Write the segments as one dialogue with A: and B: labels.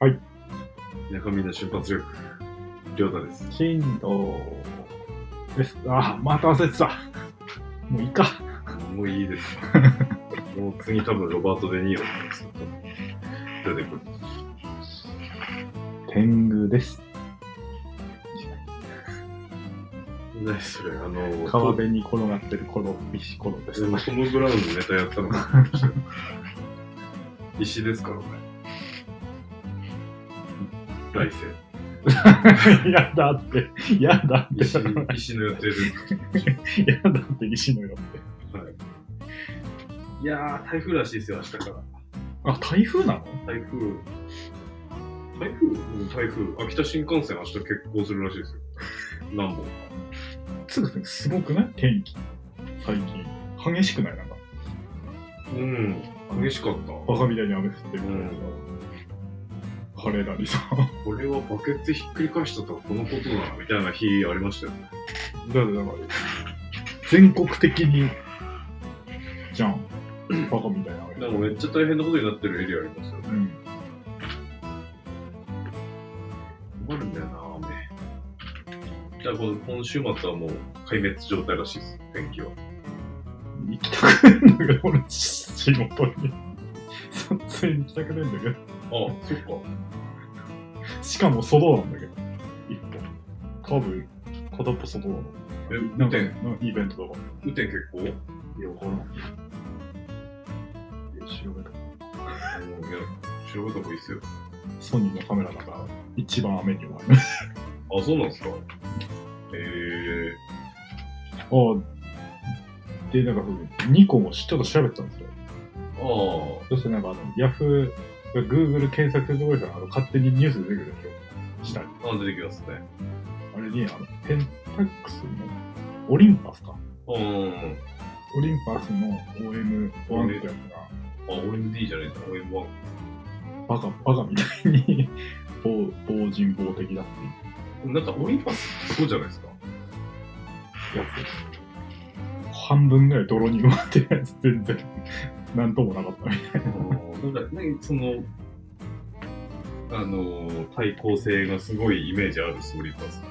A: はい。
B: 中身の瞬発力、亮太です。
A: 進藤です。あ、また忘れてた。 もういいか。
B: もうい いです。もう次多分ロバート・デ・ニーロなんですよ出てくる。
A: 天狗です。
B: 何それ、あの、
A: 川辺に転がってるコロ、石コロです。
B: トム・ブラウンのネタやったのかと思いました石ですから、俺。来 世。
A: やだって、やだって、
B: 石石の予定です。
A: やだって石のよって。
B: いやー、台風らしいですよ、明日から。
A: あ、台風なの
B: 台風。台風うん、台風。秋田新幹線明日欠航するらしいですよ。何本か。
A: つぐすごくない天気。最近。激しくないなんか。
B: うん、激しかった。
A: バカみたいに雨降ってるみたいなさ。晴れだりさ。
B: これはバケツひっくり返したとはこのことだな、みたいな日ありましたよね。
A: だからだから、全国的に、じゃん。バカみたいな雨。
B: なんかめっちゃ大変なことになってるエリアありますよね。
A: うん。
B: 困るんだよな、雨。だからこの今週末はもう壊滅状態らしいです、天気は。
A: 行きたくないんだけど、俺、仕事に。撮影に行きたくないんだけど。
B: ああ、そっか。
A: しかも、外なんだけど。一本。多分、片っぽ外だ
B: え、
A: な
B: 雨
A: んか、な
B: 天、
A: んかイベントだから。
B: 雨天結構
A: いや、わからない。調べた
B: あのいや、調べた方がいいっすよ。
A: ソニーのカメラだから、一番雨に弱い。あ
B: あ、そうなんですか。え
A: あ。
B: ー。
A: で、なんかそう、2個もちょっと調べてたんですよ。
B: ああ。
A: そしてなんかあの、ヤフー、Google 検索するところからあの勝手にニュース出てくるでしょ。下に。
B: あ、出てきますね。
A: あれに、あの、ペンタックスの、オリンパスか。
B: うん。
A: オリンパスの OM1 ってやつが、
B: あ、OMD じゃねえんだ、OM1。
A: バカ、バカみたいに 暴、暴人暴的だって
B: なんか、オリンパスってそうじゃないですか。
A: いうやつです。半分ぐらい泥に埋まってるやつ、全然、なんともなかったみたい
B: なんかね、その、あのー、対抗性がすごいイメージあるストーリーパス。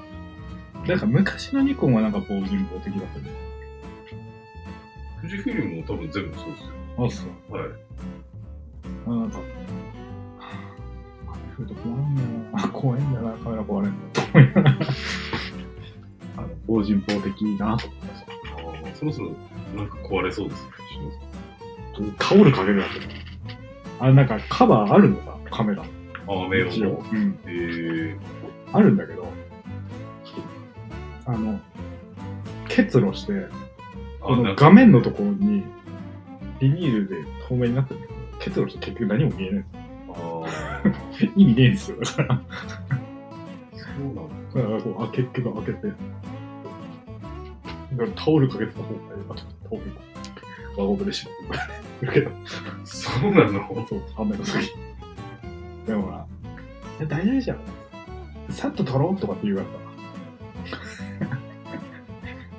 A: な。なんか昔のニコンはなんか暴人暴的だったけ
B: 富士フィルムも多分全部そうですよ。
A: ど。あ、そう。
B: はい。
A: あなんか、はぁ雨降ると困るんだよな。怖いんだよな、カメラ壊れんだよ。と思いながら あの、暴人暴的いいなと思ってました。
B: ああ、そろそろなんか壊れそうですね。篠田
A: タオルかけるなって。あれ、なんかカバーあるのか、カメラ。
B: さんああ、名誉
A: 一応
B: の。。
A: うん。
B: えー、
A: あるんだけど、あの、結露して、この画面のところに、ビニールで透明になってるんだけど、結露して結局何も見えないんで
B: こ。ああ、
A: すよ。意味ねえんですよ。だから、だ
B: そうなんだ。
A: からこうあ結局開けて。だからタオルかけてた方がいいかと思って、タオル、輪ゴムで しまう。だけど、
B: そうなの
A: そう、雨の時。でもな、いや大丈夫じゃん。さっと取ろうとかって言う からさ。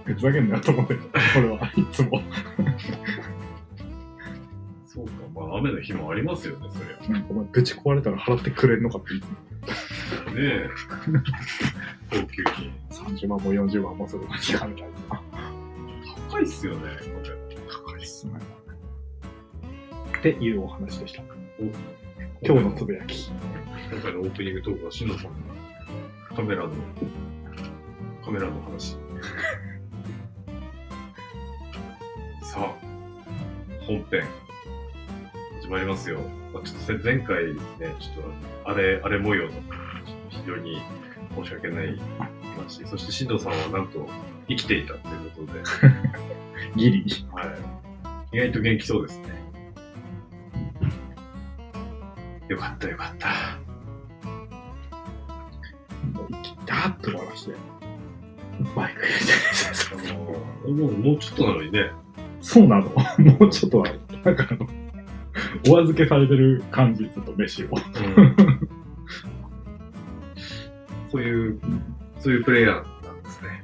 A: ふざけんなよと思って、俺はいつも。
B: そうか、まあ雨の日もありますよね、そりゃ。
A: なんかお前、ぶち壊れたら払ってくれんのかっていつも。
B: ねえ。高級品。
A: 30万も40万もするのにかみたいな。
B: 高いっすよね、これ。
A: 高いっすね。っていうお話でした。今
B: 今
A: 日
B: 日の
A: のつぶやき。
B: 今回のオープニングトークは、しのさんのカメラの、カメラの話。 さあ、本編、始まりますよ。まあ、ちょっとせ前回ね、ちょっと、あれ、あれ模様の、ちょっと非常に申し訳ない話。そして、しのさんはなんと、生きていたということで、
A: ギリ。
B: はい。意外と元気そうですね。よかった、よかった。
A: 生きたって話して。バイク 入れて。
B: もう、もうちょっとなのにね。
A: そうなのもうちょっとは、なんかあの、お預けされてる感じ、ちょっと飯を。
B: うん。そういうプレイヤーなんですね。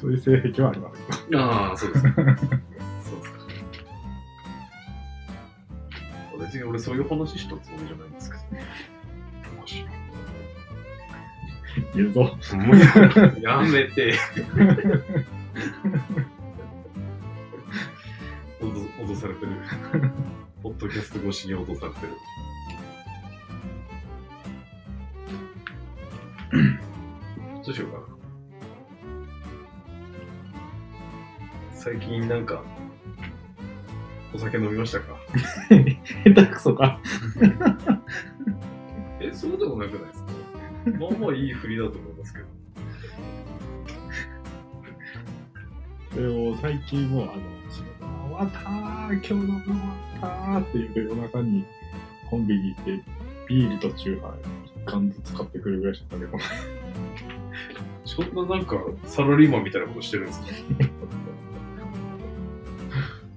A: そういう性癖はありますけ
B: ああ、そうですか。そうですか。別に俺そういう話したつもりじゃないんですけどね。おかしい
A: ど。言うぞ。
B: もうややめて。脅脅されてる。ポッドキャスト越しに脅されてる。どうしようかな。最近なんか、お酒飲みましたか
A: 下手くそか。
B: え、そうでもなくないですかまあまあいい振りだと思いますけど。
A: でも最近もう、あの、仕事が終わったー、今日の分終わったーって言って夜中にコンビニ行って、ビールとチューハイ一缶ずつ買ってくるぐらいしか食べこない。
B: そんななんかサラリーマンみたいなことしてるんですか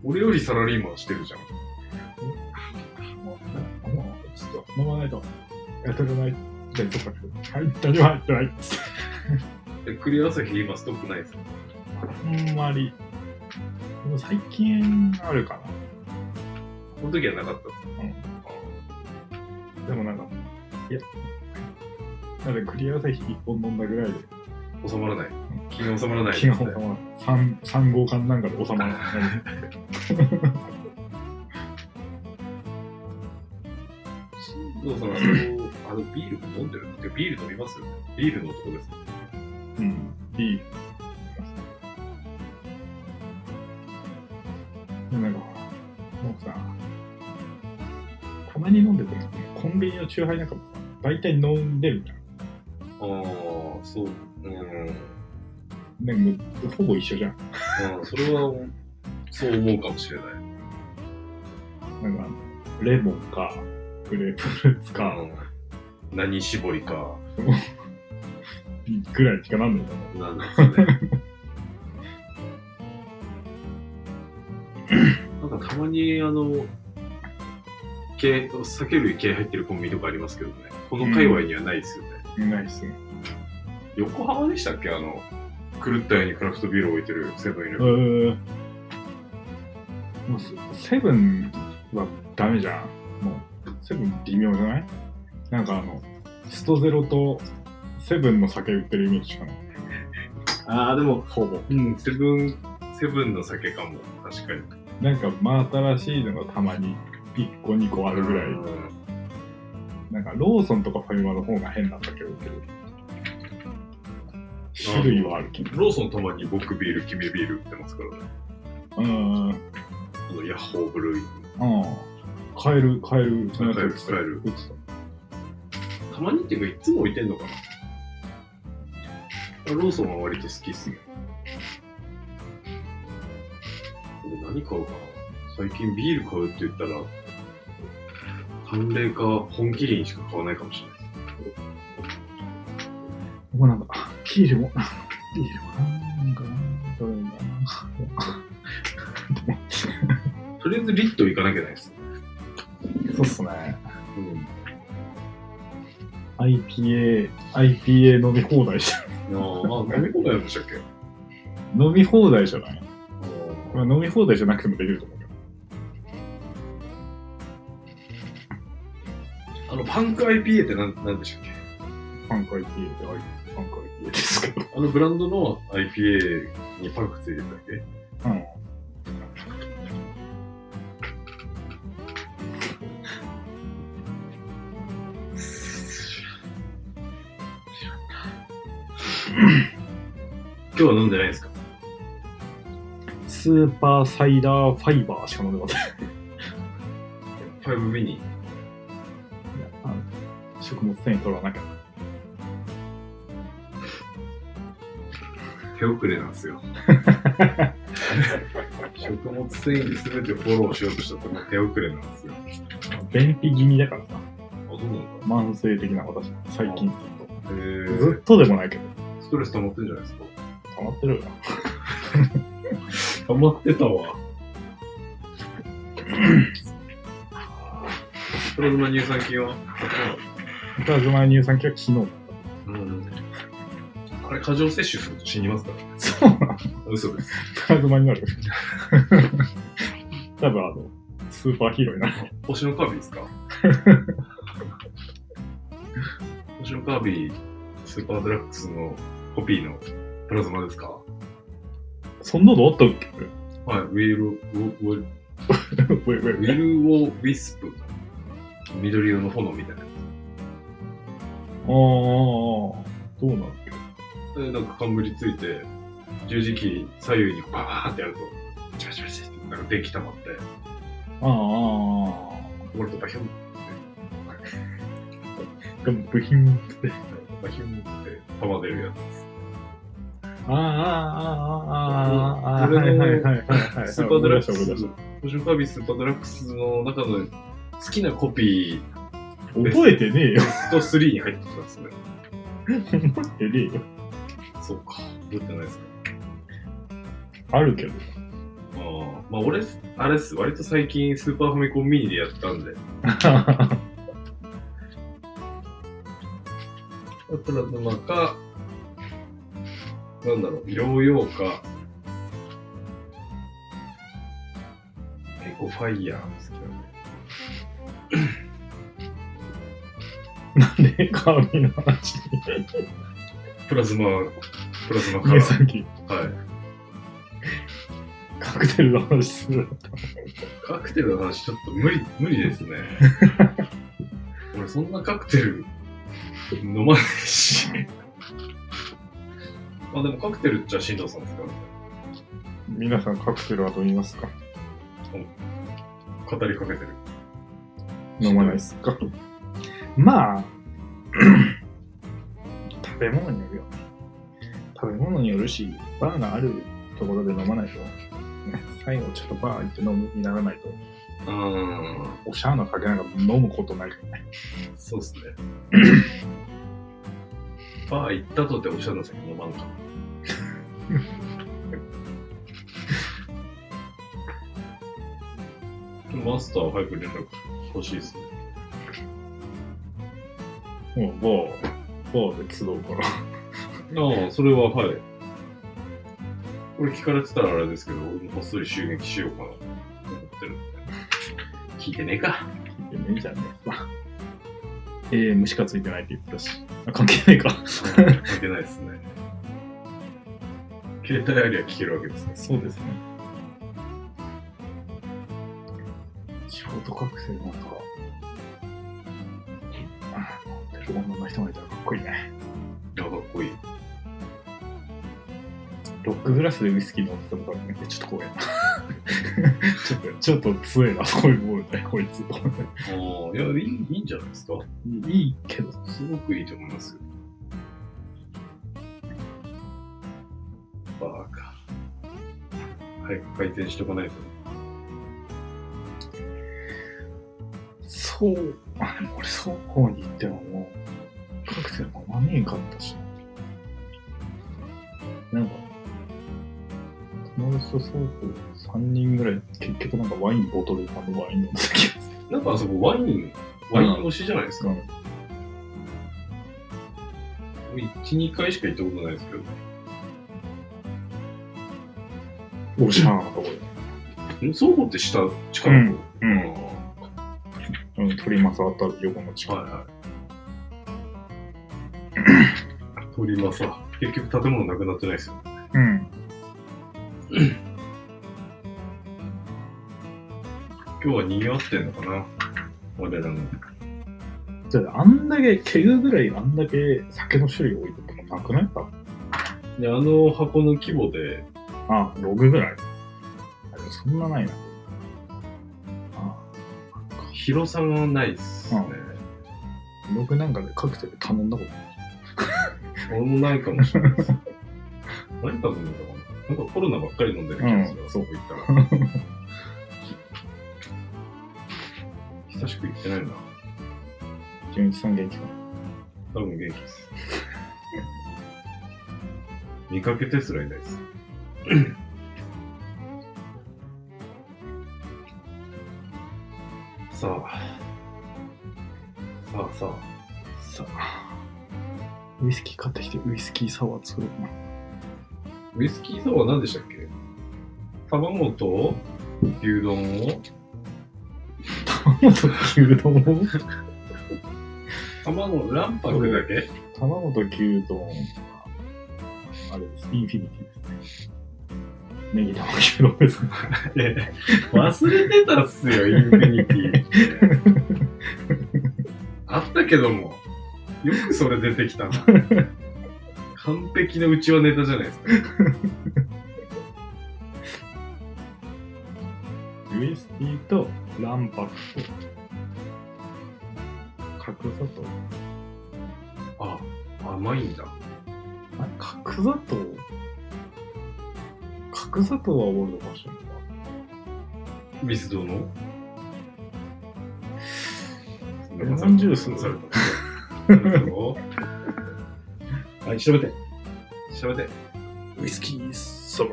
B: 俺よりサラリーマンしてるじゃん。
A: もう、もうちょっと飲まないと。やってられない。じゃあ行こうか。はい、何も入ってないっつっ
B: でクリア朝日今ストックないですか
A: て。あんまり。でも最近あるかな。
B: この時はなかったんですか
A: でもなんか、いや、なんかクリア朝日1本飲んだぐらいで、
B: 収まらない。気が収まらないです
A: 気
B: ね、
A: が収まらない。3、3号館なんかで収まらない。
B: どうさんはそれをあのビールも飲んでるってビール飲みますよね。ビールの男です。
A: うん、いい。でもなんか、もうさ、たまに飲んでても、コンビニのチューハイなんかもさ、大体飲んでるじゃん。
B: ああ、そう。うん。
A: でもほぼ一緒じゃん。
B: ああ、それはそう思うかもしれない。
A: なんか、レモンか、グレープフルーツか、
B: うん何絞りか。
A: ぐらいしかなんないんだ もん。
B: なんですね。なんかたまに、あの、系、酒類系入ってるコンビニとかありますけどね。この界隈にはないですよね。
A: うまいっすね。
B: 横浜でしたっけあの、狂ったようにクラフトビールを置いてるセブンイレ
A: う
B: ブン。
A: ーもうセセブンはダメじゃん。もう、セブン微妙じゃないなんかあの、ストゼロとセブンの酒売ってるイメージしかない。
B: ああ、でも、
A: ほぼ。
B: うん、セブン、セブンの酒かも、確かに。
A: なんか真新しいのがたまに1個2個あるぐら
B: う
A: い。
B: ん
A: なんかローソンとかファミマの方が変な酒売ってる。種類はあるけど。
B: ローソンたまに僕ビール、決めビール売ってますからね。
A: うーん。うん。
B: あの、ヤッホーブルーイング。
A: 買える、買える、そのやつ
B: 買える買える
A: 売ってた。
B: たまにっていうか、いつも置いてんのかなローソンは割と好きっすね。俺何買うかな最近ビール買うって言ったら、淡麗か本麒麟しか買わないかもしれないです。
A: もうなんか、あキールも、ビールもな、なんかな、どれもな。
B: とりあえずリット行かなきゃいけないです。
A: そうっすね。
B: うん。
A: IPA、IPA 飲み放題じゃ
B: ああ、飲み放題なんでしたっけ
A: ん。飲み放題じゃない、
B: あ
A: まあ、飲み放題じゃなくてもできると思うけど。
B: あの、パンク IPA ってなんなんでしたっけ
A: パンク IPA で、パンク IPA ですけど。
B: あのブランドの IPA にパンクついてたっけ
A: うん。
B: 今日は飲んでないんですか
A: スーパーサイダーファイバーしか飲んでません。
B: ?5 ミニ。
A: いやあの食物繊維取らなきゃ。
B: 手遅れなんです よ。食物繊維に全てフォローしようとしたとこ手遅れなんですよ。
A: 便秘気味だからさ。
B: あ、どうなんだ。
A: 慢性的な私、最近ずっ
B: え
A: と。ず
B: ー
A: っ、とでもないけど、
B: ストレス溜まってんじゃないですか
A: 溜まってるよな。
B: 溜まってた わ。プラズマ乳酸菌は
A: プラズマ乳酸菌は昨日だった。
B: うん。あれ、過剰摂取すると死にますから。
A: そうなの
B: 嘘です。
A: プラズマになる。 多分あの、スーパーヒーローになる。
B: 星のカービィ ですか星のカービィ、スーパーデラックスのコピーのプラズマですか
A: そんなのあったっけ
B: はい、ウィル、ウィル、
A: ウェイウェイ
B: ウィルウォーウィスプ。緑色の炎みたいな。
A: ああ、どうなの
B: で、なんか冠ついて、十字キー左右にバーってやると、チャチャチャってなんか電気溜まって、
A: あああ
B: これとバヒュンって、
A: あ、でも部品持って。
B: バヒュンって弾出るやつ。
A: ああ、ああ、ああ、ああ、はいはいはいはい。
B: スーパードラック
A: 思い出
B: ス
A: し、
B: 星のカービィスーパードラックスの中の好きなコピー、
A: た思い出した覚えてねえ
B: ベ
A: よ。
B: スト3に入ってきますね。
A: 覚えてねえよ。
B: そうか、覚えてないですか。
A: あるけど。
B: あーまあ、俺、あれっす、割と最近スーパーファミコンミニでやったんで、プラズマか、なんだろう、療養か、結構ファイヤーですけどね。
A: なんでカービィの話 に。
B: プラズマ、プラズマカ
A: 家
B: ラー。
A: さっき、
B: はい。
A: カクテルの話する。
B: カクテルの話、ちょっと無理、無理ですね。俺、そんなカクテル飲まないし。まあでも、カクテルっちゃ進藤さんですからね。
A: 皆さんカクテルはどう言いますか
B: 語りかけてる。
A: 飲まないですかまあ、 食べ物によるよ。食べ物によるし、バーがあるところで飲まないと、ね最後ちょっとバー行って飲むにならないと、
B: うーん。
A: おしゃーの酒なんか飲むことないからね。
B: そうっす ね。バー行ったとておしゃれな酒飲まんかな。で もマスターは早く連絡欲しいですね。
A: もうバー、バーで集 うから。
B: ああ、それははい。これ聞かれてたらあれですけど、俺もこっそり襲撃しようかなと思ってるんで。聞いてねえ か。
A: 聞いてねえじゃんね。えー、虫がついてないって言ったし。あ関係ないか。
B: 関係ないですね。携帯ありゃ聞けるわけですね。
A: そうですね。ショートカクテルなんか、あ持ってる女の人がいたらかっこいいね。
B: あ、かっこいい。
A: ロックグラスでウイスキー飲んでたのから見て、ちょっと 怖いな。ちょっと、ちょっと強いな、こういうボールだこいつ。
B: ああ、いや、いいいいんじゃないですか。
A: いいけど。
B: すごくいいと思いますよ。バーか。早く回転しとかないと。
A: そう、あ、でも俺、双方に行ってももう、カクテル飲まねえかったしな。なんか、友達と双方3人ぐらい、結局なんかワインボトルまでワイン飲んだ気がする。
B: なんかあそこワイン、ワイン推しじゃないですか。1、2回しか行ったことないですけど。
A: おじゃん、とこ
B: 双方って下、近いとこ。
A: うん
B: あ
A: で。うん、鳥正あった横の
B: ー
A: 近く。
B: はい はい。鳥間さ、結局建物なくなってないですよ。
A: うん。
B: 今日は賑わってんのかな我らの。
A: じゃあ、あんだけ、ケグぐらいあんだけ酒の種類多いとかもなくないか
B: で、あの箱の規模で、
A: あ、ログぐらい。あでもそんなないな。あ
B: 広さがないっすね。
A: ログなんかでカクテル頼んだことない。
B: 俺もないかもしれな いです。何食べんのかななんかコロナばっかり飲んでる気がする、
A: うん
B: そうこ行ったら。久しく行ってないな。
A: 純一さん元気か
B: 多分元気 です。見かけてすらいないです。さあ。さあさあ。
A: さあウイスキー買ってきて、ウイスキーサワー作ろうかな。
B: ウイスキーサワー何でしたっけ卵と牛丼を
A: 卵と牛丼を
B: 卵、卵白だ け
A: 卵と牛丼はあれです。インフィニティですね。ネギ玉牛丼ですね。
B: 忘れてたっすよ、インフィニティ。あったけども、よくそれ出てきたな。完璧なうちはネタじゃないですか。
A: ウイスキーと卵白と角砂糖。
B: あ、甘いんだ。
A: あれ角砂糖角砂糖はオールドファッションか。
B: ミスドの
A: レモンジュース
B: された なるほどはい、調べて。調べて。
A: ウイスキーサワー。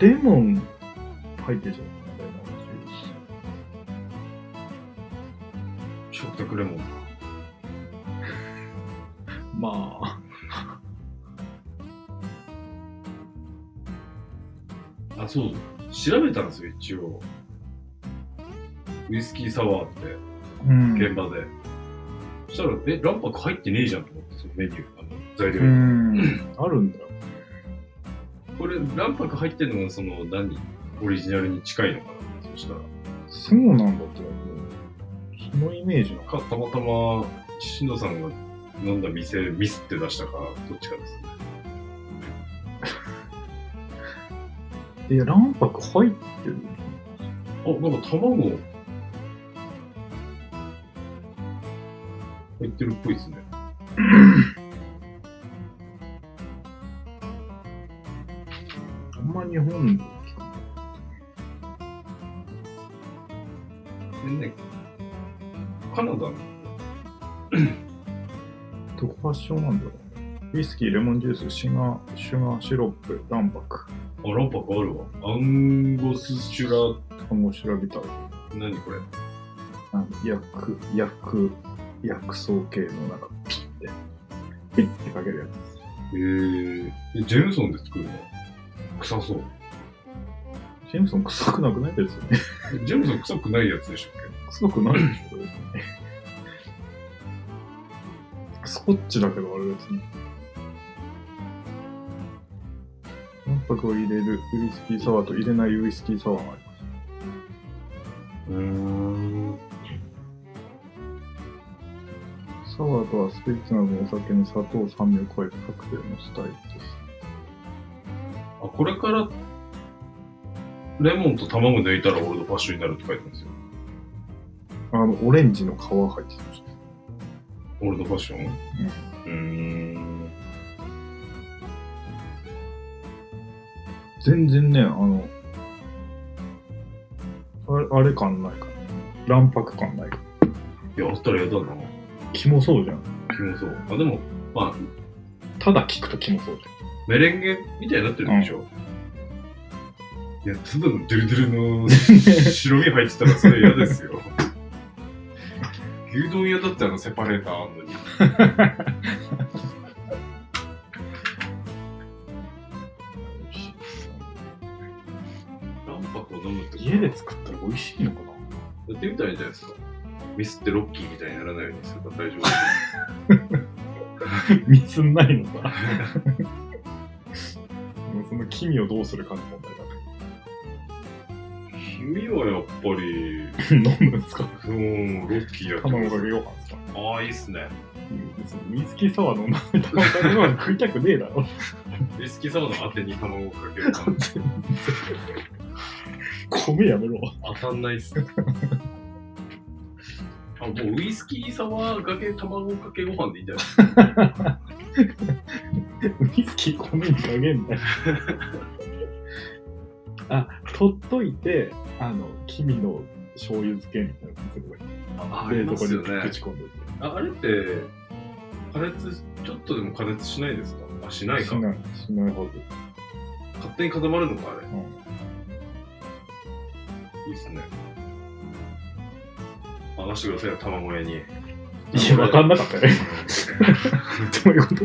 A: レモン入ってるじゃん。レモンジ
B: 食卓レモン。
A: ュースまあ。
B: あ、そう。調べたんですよ、一応。ウイスキーサワーって、
A: うん
B: 現場で。そしたら、え、卵白入ってねえじゃんと思って、そのメニュー、あの材料
A: う。ん。あるんだよ。
B: これ、卵白入ってるのが、その、何オリジナルに近いのかなそしたら。
A: そうなんだって思う。そのイメージなの
B: か、たまたま、しのさんが飲んだ店、ミスって出したか、どっちかですね。
A: え、卵白入ってる
B: あ、なんか卵、入ってるっぽいですね。
A: あんま日本で聞かない
B: でね、カナダの
A: どこ発祥なんだろう。ウイスキー、レモンジュース、シガー、シュガーシロップ、卵白。
B: あ、ランパクあるわ。アンゴスチュ
A: 単語調べたら、
B: ラ、何これ
A: あ薬、薬、薬草系のなんか、ピッて、ピッてかけるやつ。
B: えー、えジェムソンで作るの臭そう。
A: ジェームソン臭くなくないですよね。
B: えジェムソン臭くないやつでしたっけ
A: 臭くないでしょ、これ。スコッチだけど、あれですね。卵白を入れるウイスキーサワーと入れないウイスキーサワーがあります。
B: うーん。
A: サワーとはスピリッツなどのお酒に砂糖、酸味を加えたカクテルのスタイルです。
B: あ、これから、レモンと卵抜いたらオールドファッションになるって書いてますよ。
A: あの、オレンジの皮入ってました。
B: オールドファッションうーん。
A: 全然ね、あの、あれあれ感ないから。卵白感ないから。
B: いや、あったらやだな。
A: キモそうじゃん。
B: キモそう。あ、でも、まあ、
A: ただ聞くとキモそうじ
B: メレンゲみたいになってるんでしょ、いや、ただのドゥルドゥルの白身入ってたらそれ嫌ですよ。牛丼屋だったらセパレーターあんのに。
A: ゃん。美味しい
B: 卵白を飲むってこと
A: 家で作ったら美味しいのかな
B: やってみたらいいんじゃないですか。ミスってロッキーみたいにならないようにするから大丈夫。
A: 密にない のかその黄身をどうするかの問題
B: 君はやっぱり、
A: だ飲むんですか
B: うん、ロッキーやって
A: 卵か
B: ま
A: けようかんですか
B: す。ああ、いいっすね。
A: 別にウイスキーサワー飲んだら卵かけご飯食いたくねえだろ
B: ウイスキーサワーの当てに卵かけるか
A: 米やめろ
B: 当たんない っす。あ、もうウイスキーサワーかけ卵かけご飯でいいんじゃない
A: ウイスキー米にかけんだよあ取っといてあの黄身の醤油漬けみたいなのすごい
B: あ
A: 冷蔵
B: ま
A: 庫
B: す
A: に
B: よ
A: ぶ
B: ね
A: ち込んでて
B: ああれって加熱ちょっとでも加熱しないですかあしない
A: し
B: か
A: ないしないはず、
B: 勝手に固まるのかあれ
A: うん
B: いいっすね流してくださいよ卵屋に
A: いや、わかんなかったね。どういうこと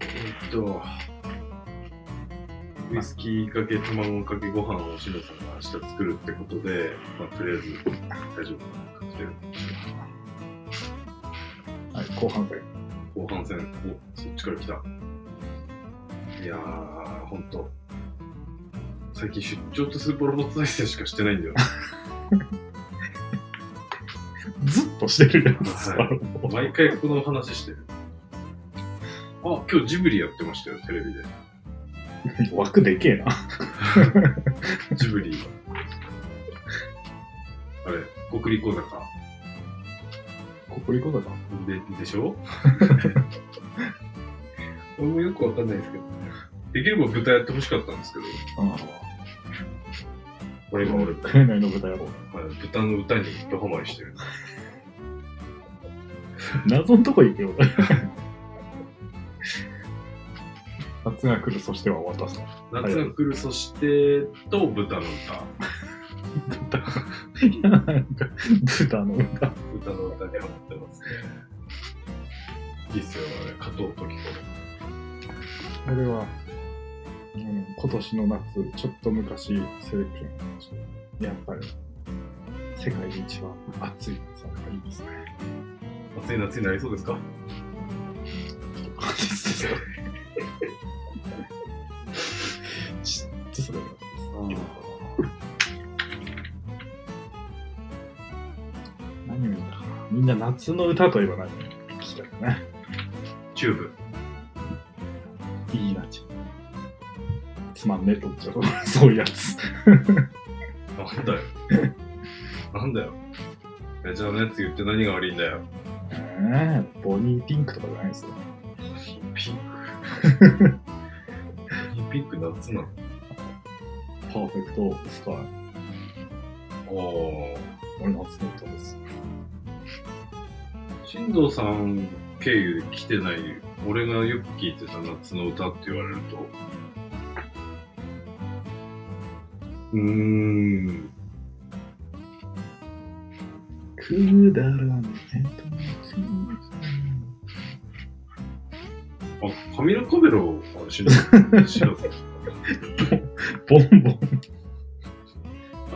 B: えっと、ウイスキーかけ卵かけご飯をしのさんが明日作るってことで、まあ、とりあえず大丈夫かな、カクテル
A: はい、後半戦。
B: 後半戦、おそっちから来た。いやー、ほんと。最近出張とスーパーロボット再生しかしてないんだよね。
A: ずっとしてるやつ。
B: は毎回この話してる。あ、今日ジブリやってましたよ、テレビで。
A: 枠でけえな。
B: ジブリ。あれ、国立小坂。
A: 国立小坂
B: で、でしょ 俺もよくわかんないですけど。できれば豚やってほしかったんですけど、
A: あ
B: これ今俺、はい
A: あ。県内の豚野郎。
B: 豚の歌にドハマりしてる。
A: 謎のとこ行けよ。 夏が来る、そしては私。
B: 夏が来る、そして、と豚の歌。
A: いや、なんか、豚の歌。
B: 歌の歌にハマってますね。いいっすよ、あれ、加藤時子。
A: 俺は、うん、今年の夏、ちょっと昔、セレクションしました。やっぱり、世界で一番暑い夏がいいですね。
B: 暑い夏になりそうですか
A: ちょっとそれが何を言うんだかな。みんな夏の歌といえば何を聞きたいかね。
B: チューブ。
A: いいな、ちつまんねえと思っちゃう。そういうやつ。
B: なんだ よ。なんだよ。メジャーのやつ言って何が悪いんだよ。
A: えーボニーピンクとかじゃないですよ。
B: ピン ク。ピンク夏なの
A: パーフェクトスカイ。
B: おー。
A: 俺夏の歌です。
B: 進藤さん経由で来てない、俺がよく聞いてた夏の歌って言われると、うーん、
A: くだらね
B: あ、カミラカベロ、あ、進藤さん。進藤さん
A: えと。ボンボン。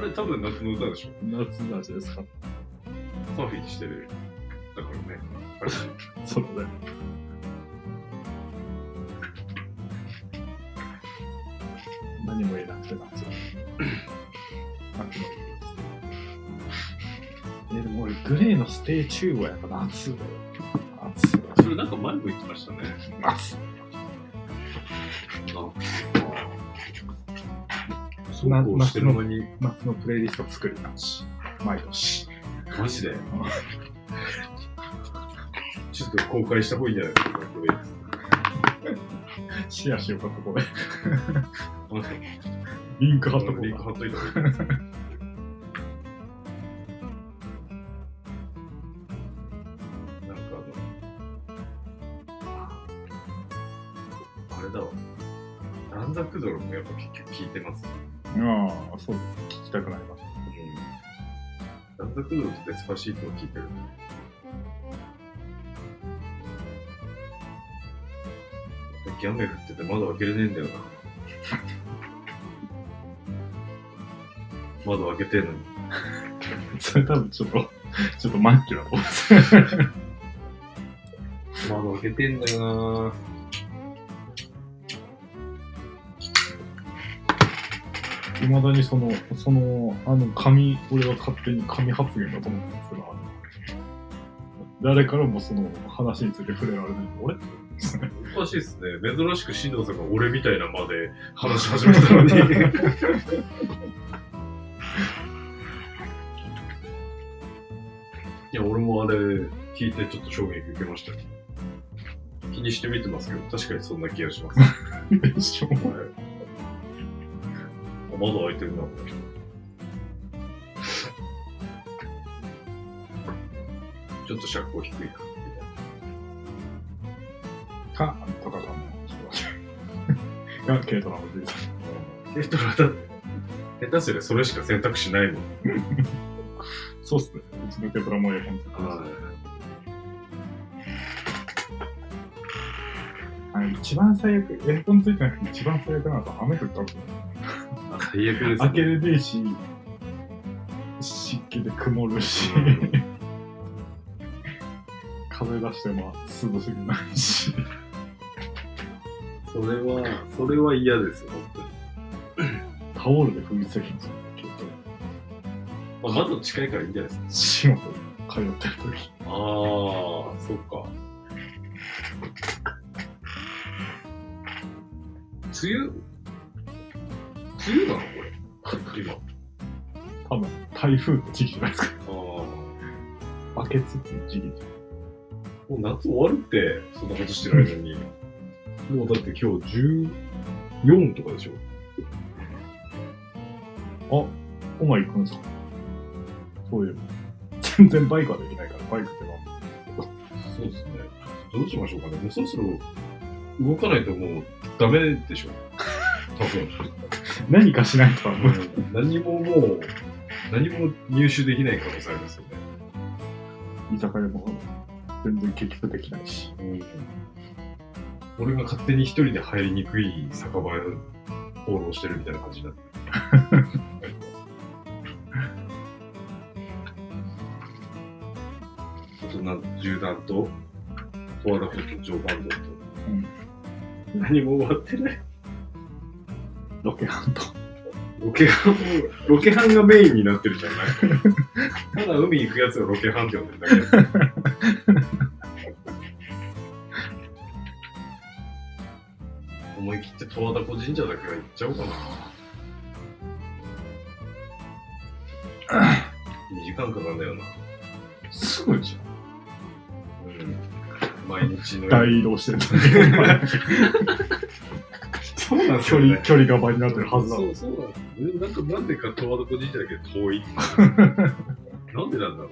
B: あれ多分夏の歌でしょ。
A: 夏の味ですか
B: サーフィンしてる。だからね。あれ
A: そうだね。何も言えなくて夏。夏のいやでも俺、グレーのステイチューブはやっぱ夏だよ。夏。
B: それなんか前も言ってましたね。
A: 夏。
B: そうこうしてる間に、
A: 夏のプレイリスト作りなし。毎年。
B: マジで。ちょっと公開した方がいいんじゃないですか、これ。
A: シェアしようか、ここで。
B: この
A: リンク貼っとこ
B: リンク
A: う
B: 貼
A: か
B: っといた方 がいいです。なんかあの、あれだわ。短冊泥もやっぱ結局聞いてます。
A: ああ、そうです。聞きたくなりまし
B: 短冊泥とデスパシートを聞いてる。さっき雨降ってて窓開けれねえんだよな。窓開けてんのに。
A: た。 それ多分ちょっと、ちょっとマッキュだと思
B: 窓開けてんだよなぁ。
A: う。いまだにその、その、あの、紙、俺は勝手に紙発言だと思ってますけど、あの誰からもその話について触れられない。 俺
B: おかしいですね。珍しく進藤さんが俺みたいなまで話し始めたのに。いや、俺もあれ聞いてちょっと衝撃受けましたよ気にして見てますけど、確かにそんな気がします。
A: でしょ
B: あ窓開いてるな、この人。ちょっと尺高低いな、み
A: か、と かかも。が、軽トラのおじいさん。
B: たいな。えっと、また、下手すりゃそれしか選択肢ないもん。
A: そうっすね。うちのテトラも絵本作りまし
B: は
A: たあの一番最悪、エアコンついてなくて一番最悪なのは雨降ったこと。
B: い最悪です
A: 開け
B: ね。
A: るでいし、湿気で曇るし、風出しても涼しくないし。
B: それは、それは嫌ですよ、本当に。
A: タオルで封じてるんですよ、結局。
B: まあ、窓近いからいいんじゃないですか。
A: 仕事通ってる時。
B: ああ、そっか。梅雨梅雨なのこれ。今。
A: 多分、台風の時期じゃないですか。
B: ああ。
A: バケツっていう時期じ
B: もう夏終わるって、そんなことしてる間に。もうだって今日14とかでしょ。
A: ゃん。あ、お前行くんですかそういう。全然バイクはできないから、バイクっては。
B: そうですね。どうしましょうかね。もうそろそろ動かないともうダメでしょ。多分。
A: 何かしないとは無理。
B: 何ももう、何も入手できない可能性ありますよね。
A: 居酒屋も全然結局できないし。
B: 俺が勝手に一人で入りにくい酒場へ放浪してるみたいな感じになってる大人の銃弾と、とあること常磐道と、何も終わってない。
A: ロケハンと。
B: ロケハンも、ロケハンがメインになってるじゃないただ海行くやつがロケハンって呼んでるだけです。思い切って十和田湖神社だけは行っちゃおうかな。2時間かかんだよな。
A: すぐじ
B: うん。毎日の
A: ゃん。
B: よ
A: 大移動してるのに
B: そうなんです
A: 距
B: よ、
A: 離、
B: ね。
A: 距離が倍になってるはずだ
B: そ。うそうなんですよでもなんかなんでか十和田湖神社だけ遠いなんでなんだろう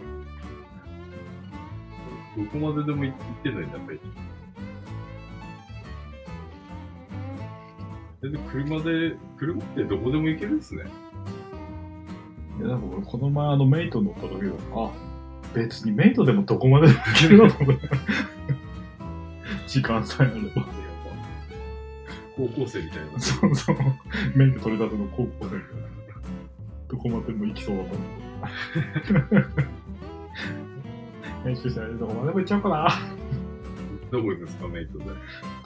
B: どこまででも行ってんのになんか行く全然車で車ってどこでも行けるんですね
A: いや、なんか俺、この前、あの、メイト乗った時だあ、別にメイトでもどこまででも行けるなと思って。 時間さえあれば。
B: やっぱ高校生みたいな
A: そうそう。免許取れたての高校生どこまでも行きそうだと思う。練習してないでどこまでも行っちゃおうかな。
B: どこ行くんですかメイトで
A: どこ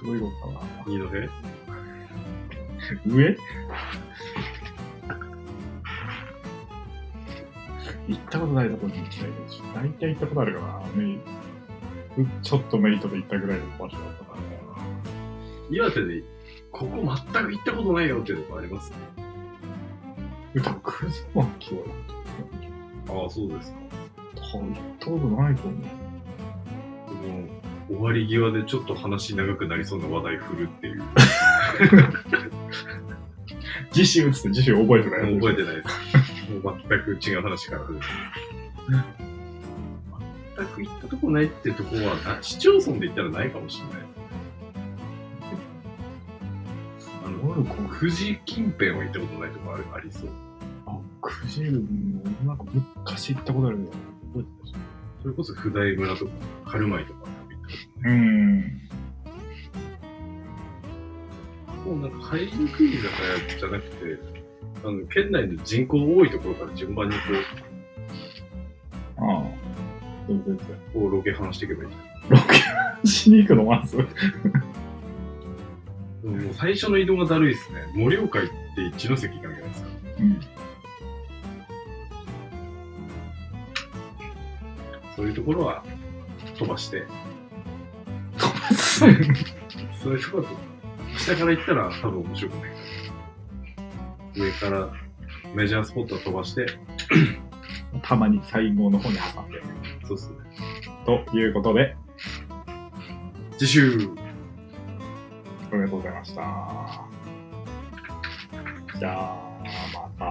A: 行こうかな。
B: 二戸へ
A: 上行ったことないところに行きたいけど、大体行ったことあるかな。メイうちょっとメイトで行ったぐらいの場所だったから。
B: 岩手でここ全く行ったことないよっていうとこあります
A: 歌うクズマキは
B: ああそうですか
A: 多分行ったことないと思う。
B: この終わり際でちょっと話長くなりそうな話題振るっていう
A: 次週っつって次週覚えてない
B: も
A: やつ
B: う覚えてないです。もう全く違う話から始めて全く行ったとこないってとこは、あ市町村で言ったらないかもしれない。あの、
A: 俺こう
B: 富士近辺は行ったことないとこあるありそう。
A: あ、クジルもなんか昔行ったことあるけど、覚えてたし。
B: それこそ普代村とか、軽米とか行った
A: うん。
B: ことない。もうなんか入りにくい居酒屋じゃなくて、あの、県内の人口多いところから順番にこ
A: ああ。全然。
B: う、こうロケ話していけばいい。
A: ロケしに行くのまず。
B: でももう最初の移動がだるいですね。盛岡行って一ノ関行かなきゃいけないですか。
A: うん。
B: そういうところは飛ばして、そういうところだと、下から行ったら多分面白くないから。上からメジャースポットを飛ばして、
A: たまに最後の方に挟んで。
B: そうっすね。
A: ということで、
B: 次週
A: ありがとうございました。じゃあ、また。